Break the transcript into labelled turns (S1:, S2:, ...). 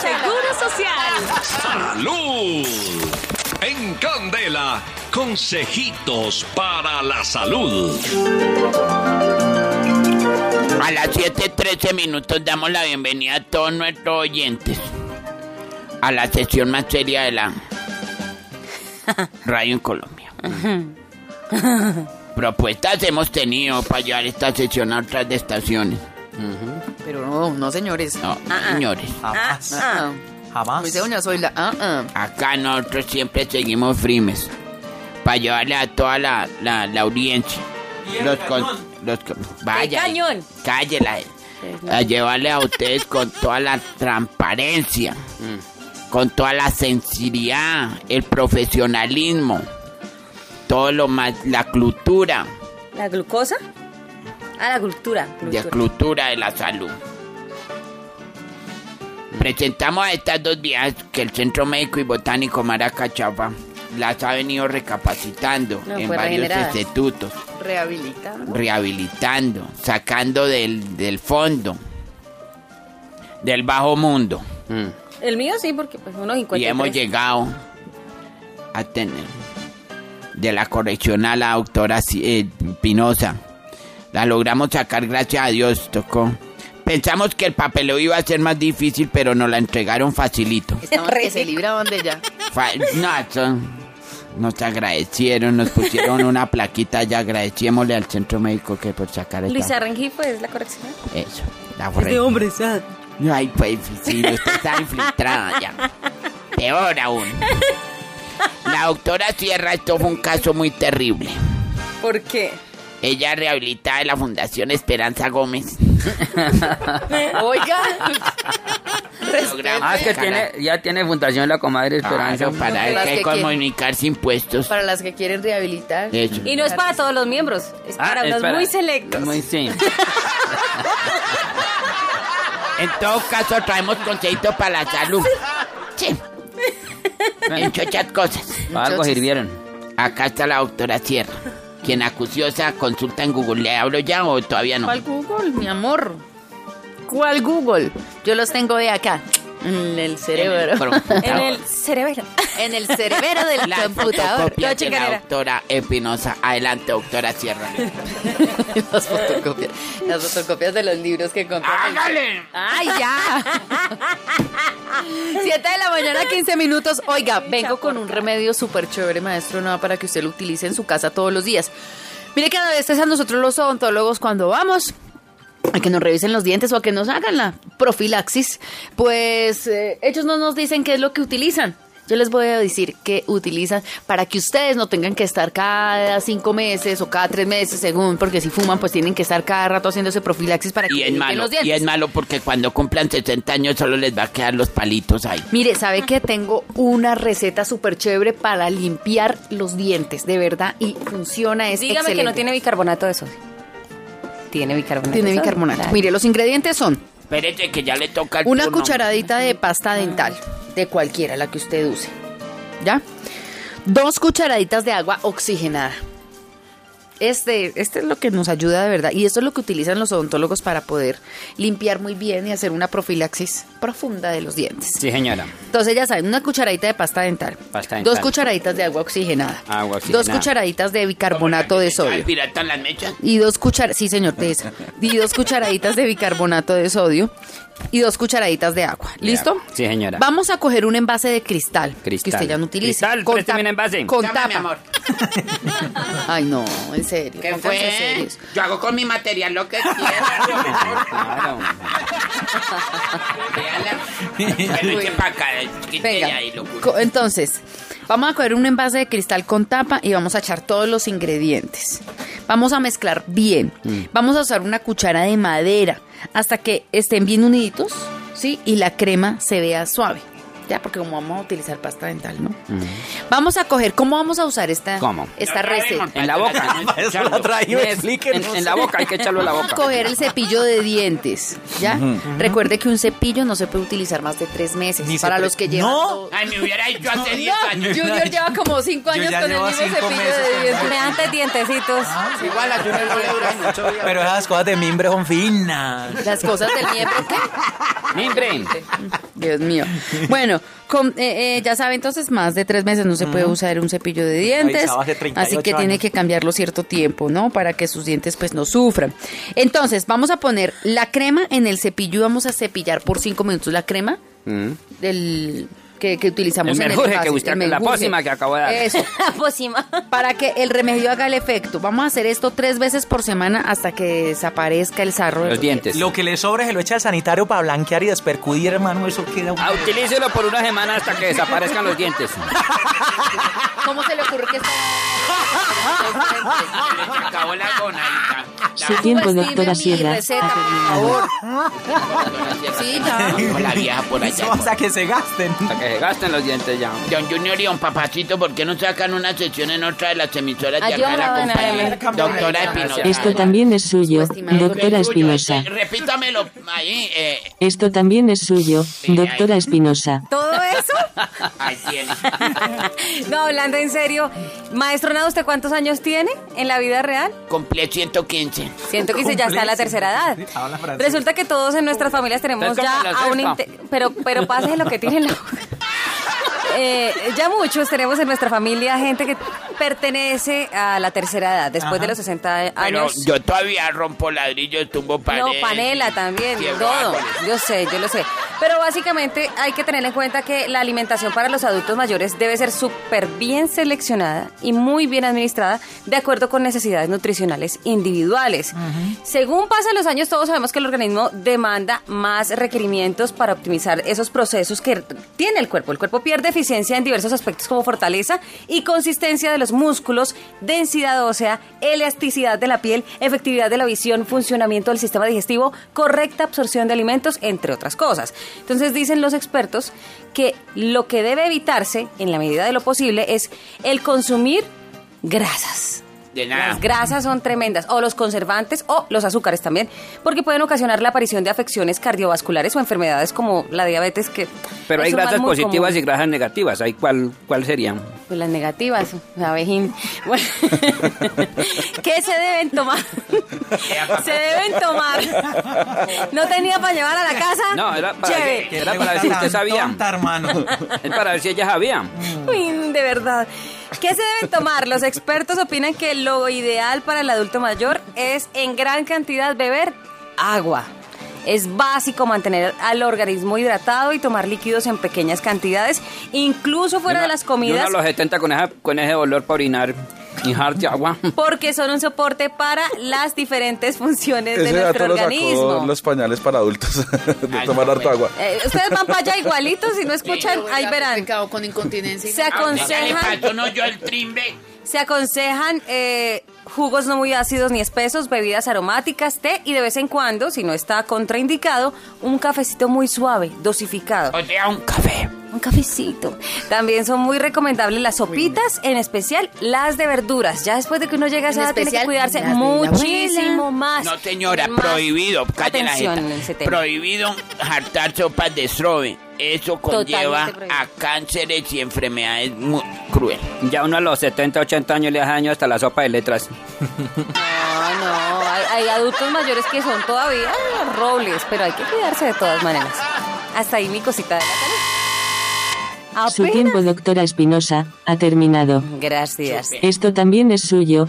S1: Seguro Social.
S2: ¡Salud! En Candela, consejitos para la salud.
S3: A las 7.13 minutos damos la bienvenida a todos nuestros oyentes a la sesión más seria de la radio en Colombia. Propuestas hemos tenido para llevar esta sesión a otras estaciones.
S4: Pero no, no, señores.
S3: No, señores.
S5: Jamás.
S4: Ah, ah.
S5: Jamás.
S4: Luis de Doña Zoila, ah, ah.
S3: Acá nosotros siempre seguimos firmes para llevarle a toda la, la, la audiencia. Los con- los con- vaya,
S1: El cañón.
S3: Cállela. eh. A llevarle a ustedes con toda la transparencia, con toda la sensibilidad, el profesionalismo, todo lo más, la cultura,
S1: ¿La glucosa? Ah, la cultura.
S3: la cultura de la salud. Presentamos a estas dos vías que el Centro Médico y Botánico Maracachapa las ha venido recapacitando
S1: No,
S3: en
S1: fue
S3: varios
S1: regeneradas.
S3: institutos.
S4: Rehabilitando.
S3: rehabilitando, sacando del, del fondo, del bajo mundo.
S1: El mío sí, porque pues unos 53.
S3: Y hemos llegado a tener de la corrección a la doctora Si- eh, Pinoza. La logramos sacar, gracias a Dios, tocó. Pensamos que el papeleo iba a ser más difícil, pero nos la entregaron facilito.
S4: Estaban que se
S1: Rico.
S4: libraban de ella.
S3: Fa- no, eso- nos agradecieron, nos pusieron una plaquita y agradeciémosle al centro médico que por sacar el
S1: Luisa Rengifo es pues, la corrección. ¿eh?
S3: Eso, la borré. de hombres, Ay, pues sí, usted está infiltrada ya. Peor aún. La doctora Sierra, esto fue un caso muy terrible.
S1: ¿Por qué?
S3: Ella rehabilitada de la Fundación Esperanza Gómez.
S1: Oiga.
S3: Programa
S6: Ah, es que tiene, ya tiene fundación la
S3: Ah,
S6: comadre Esperanza.
S3: Claro, para
S4: Las
S3: el que
S4: que
S3: comunicarse impuestos.
S4: Para las que quieren rehabilitar.
S3: Eso.
S1: Y no es para todos los miembros, es
S6: Ah,
S1: para
S6: es
S1: unos
S6: para-
S1: muy selectos.
S6: Muy sí.
S3: En todo caso, traemos consejitos para la salud. Sí. Muchas cosas.
S6: Para algo
S4: Muchachos.
S6: sirvieron.
S3: Acá está la doctora Sierra, quien acuciosa consulta en Google. ¿Le hablo ya o todavía no?
S4: ¿Cuál Google, mi amor? ¿Cuál Google? Yo los tengo de acá. En el cerebro.
S1: En
S3: computador.
S1: el cerebro.
S4: En el cerebero del
S3: La
S4: computador.
S3: fotocopia
S1: Lo
S3: de la
S1: checarera.
S3: doctora Espinosa. Adelante, doctora Sierra.
S4: Las fotocopias. Las fotocopias de los libros que compré.
S3: ¡Hágale!
S4: ¡Ay, ya! Siete de la mañana, 15 minutos. Oiga, vengo con un remedio súper chévere, maestro Nava, para que usted lo utilice en su casa todos los días. Mire que a veces a nosotros los odontólogos cuando vamos a que nos revisen los dientes o a que nos hagan la profilaxis, pues eh, ellos no nos dicen qué es lo que utilizan. Yo les voy a decir qué utilizan para que ustedes no tengan que estar cada cinco meses o cada tres meses, según, porque si fuman, pues tienen que estar cada rato haciéndose profilaxis para que
S3: Y
S4: les
S3: es
S4: limpien
S3: malo,
S4: los dientes.
S3: y es malo porque cuando cumplan 60 años solo les va a quedar los palitos ahí.
S4: Mire, sabe que tengo una receta súper chévere para limpiar los dientes, de verdad, y funciona, es
S1: Dígame que no
S4: excelente.
S1: tiene bicarbonato de sodio. Tiene bicarbonato.
S4: Tiene
S1: de sodio,
S4: bicarbonato.
S1: claro.
S4: Mire, los ingredientes son
S3: Espérate que ya le toca el
S4: una
S3: turno.
S4: cucharadita de pasta dental, de cualquiera, la que usted use, ¿ya? Dos cucharaditas de agua oxigenada. Este, este es lo que nos ayuda de verdad, y esto es lo que utilizan los odontólogos para poder limpiar muy bien y hacer una profilaxis profunda de los dientes.
S6: Sí, señora.
S4: Entonces ya saben, una cucharadita de pasta dental,
S6: Pasta dental.
S4: dos cucharaditas de agua oxigenada,
S6: Agua oxigenada.
S4: dos cucharaditas de bicarbonato de
S3: Ay,
S4: sodio
S3: pirata en las mechas.
S4: y dos cuchar, sí señor, de esa. y dos cucharaditas de bicarbonato de sodio y dos cucharaditas de agua. ¿Listo?
S6: agua. Sí, señora.
S4: Vamos a coger un envase de cristal,
S6: Cristal.
S4: que usted ya no utiliza.
S6: Cristal, présteme
S4: tap-
S6: un envase.
S4: Con
S3: Dame,
S4: tapa.
S3: mi amor.
S4: Ay no, en serio.
S3: ¿Qué
S4: pónganse
S3: fue?
S4: serios.
S3: Yo hago con mi material lo que quiera.
S6: Claro.
S3: Pero eche para acá, quítele
S4: Venga.
S3: ahí, locura.
S4: Co- Entonces, vamos a coger un envase de cristal con tapa y vamos a echar todos los ingredientes. Vamos a mezclar bien. Vamos a usar una cuchara de madera hasta que estén bien uniditos, ¿sí? Y la crema se vea suave. Ya, porque como vamos a utilizar pasta dental, ¿no? Vamos a coger, ¿cómo vamos a usar esta,
S6: ¿Cómo?
S4: esta
S3: Ya
S4: receta?
S3: sabemos.
S6: En la boca.
S5: Eso la traigo,
S6: En-
S5: explíquenos.
S6: En, en la boca, hay que echarlo a la
S4: Vamos a
S6: boca.
S4: coger el cepillo de dientes, ¿ya? Recuerde que un cepillo no se puede utilizar más de tres meses.
S5: Ni se
S4: para
S5: pre-
S4: los que llevan...
S5: ¡No!
S4: todo-
S3: Ay, me hubiera hecho hace 10
S4: No,
S3: años.
S4: Junior lleva como cinco
S5: Yo
S4: años
S5: ya
S4: con el
S5: llevo
S4: mismo
S5: cinco
S4: cepillo
S5: meses
S4: de
S5: con
S4: dientes.
S1: Me dan tres dientecitos.
S3: Igual a Junior no le duran ocho días.
S5: Pero esas cosas de mimbre son finas.
S4: Las cosas del miembro, ¿qué?
S3: Mimbre.
S4: Dios mío. Bueno, con- eh, eh, ya sabe, entonces más de tres meses no se puede usar un cepillo de dientes.
S5: Avisaba hace 38
S4: Así que tiene
S5: años.
S4: que cambiarlo cierto tiempo, ¿no? Para que sus dientes pues no sufran. Entonces, vamos a poner la crema en el cepillo y vamos a cepillar por cinco minutos la crema del que, que utilizamos
S6: Mm. El
S4: en
S6: menjurje que
S4: envase,
S6: usted-
S4: el
S6: la
S4: menjurje.
S6: pócima que acabo de dar.
S4: Eso.
S1: Pócima.
S4: Para que el remedio haga el efecto. Vamos a hacer esto tres veces por semana hasta que desaparezca el sarro. de
S6: Los dientes.
S5: Lo que le sobre se lo echa al sanitario para blanquear y despercudir, hermano. Eso queda un-
S6: Ah, utilícelo por una semana hasta que desaparezcan los dientes.
S4: ¿Cómo se le ocurre que esto-
S3: Acabó la gonadita.
S7: Su tiempo, doctora
S4: Subestime mi
S7: Sierra.
S4: receta, por favor. Sí, ya.
S3: Con la vieja por allá.
S5: Eso hasta que se gasten.
S6: Hasta que se gasten los dientes ya.
S3: Don Junior y don Papacito, ¿por qué no sacan una sesión en otra de las emisoras de
S1: Ay, Ah, yo
S3: acá la
S1: me van a
S3: compañía?
S1: ver.
S3: Doctora Espinosa. eh,
S7: Esto también es suyo, doctora Espinosa.
S3: Repítamelo ahí, eh,
S7: Esto también es suyo, doctora Espinosa.
S1: ¿Todo eso?
S3: ahí tiene.
S1: no, hablando en serio. Maestro Nado, ¿usted cuántos años tiene en la vida real?
S3: Cumplí 115.
S1: Siento que se ya está a la
S5: Complejo.
S1: tercera edad.
S5: Habla francés.
S1: Resulta que todos en nuestras familias tenemos
S6: Usted es
S1: ya
S6: como la
S1: a un
S6: sexta.
S1: inte- pero pero pase lo que tiene en la boca. Eh, ya muchos tenemos en nuestra familia gente que pertenece a la tercera edad, después de los 60
S3: Pero
S1: años.
S3: yo todavía rompo ladrillos, tumbo
S1: Ah, No,
S3: paredes.
S1: panela también,
S3: Quiebro
S1: todo.
S3: árboles.
S1: Yo sé, yo lo sé. Pero básicamente hay que tener en cuenta que la alimentación para los adultos mayores debe ser súper bien seleccionada y muy bien administrada de acuerdo con necesidades nutricionales individuales. Según pasan los años, todos sabemos que el organismo demanda más requerimientos para optimizar esos procesos que tiene el cuerpo. El cuerpo pierde eficiencia en diversos aspectos como fortaleza y consistencia de los músculos, densidad ósea, elasticidad de la piel, efectividad de la visión, funcionamiento del sistema digestivo, correcta absorción de alimentos, entre otras cosas. Entonces dicen los expertos que lo que debe evitarse, en la medida de lo posible, es el consumir grasas.
S3: De
S1: Las
S3: nada.
S1: grasas son tremendas, o los conservantes o los azúcares también, porque pueden ocasionar la aparición de afecciones cardiovasculares o enfermedades como la diabetes, que
S6: Pero
S1: es
S6: hay
S1: un mal
S6: grasas
S1: muy
S6: positivas
S1: común.
S6: y grasas negativas. ¿Hay cuál, ¿Cuál serían?
S1: Pues las negativas, la vejín. Bueno, ¿Qué se deben tomar? se deben tomar. ¿No tenía para llevar a la casa?
S6: No, era para
S1: Lleve.
S6: Era para decir,
S5: pregunta
S6: ¿usted
S5: tan
S6: sabía?
S5: tonta, hermano.
S6: Es para ver si ellas sabían.
S1: Uy, de verdad. ¿Qué se deben tomar? Los expertos opinan que lo ideal para el adulto mayor es en gran cantidad beber agua. Es básico mantener al organismo hidratado y tomar líquidos en pequeñas cantidades, incluso fuera de las
S6: Yo
S1: comidas.
S6: a los 70 con, esa- con ese olor para orinar. Injar de agua.
S1: porque son un soporte para las diferentes funciones de
S8: Ese
S1: nuestro
S8: dato lo
S1: organismo.
S8: sacó los pañales para adultos de
S3: Ay,
S8: tomar
S3: no,
S8: harta
S3: bueno.
S8: agua.
S1: Eh, ustedes van para allá igualitos, si no escuchan, ahí verán.
S4: Pecado con incontinencia.
S1: Se
S3: Ah,
S1: aconsejan,
S3: paso, no yo el trimbe.
S1: se aconsejan eh, jugos no muy ácidos ni espesos, bebidas aromáticas, té y de vez en cuando, si no está contraindicado, un cafecito muy suave, dosificado.
S3: O sea, un café.
S1: Un cafecito. También son muy recomendables las sopitas, en especial las de verduras. Ya después de que uno llega a esa
S4: En
S1: edad, tiene que
S4: especial
S1: cuidarse
S4: las de la abuela.
S1: muchísimo más.
S3: No, señora,
S1: Más
S3: prohibido. Calle la
S1: atención
S3: jeta.
S1: en ese tema.
S3: Prohibido jartar sopas de strobe. Eso conlleva
S1: Totalmente prohibido.
S3: a cánceres y enfermedades muy crueles.
S6: Ya uno a los 70, 80 años le hace daño hasta la sopa de letras.
S1: No, no, hay, hay adultos mayores que son todavía robles, pero hay que cuidarse de todas maneras. Hasta ahí mi cosita de la salud.
S7: Su
S1: Apenas-
S7: tiempo, doctora Espinosa, ha terminado.
S1: Gracias.
S7: Esto también es suyo,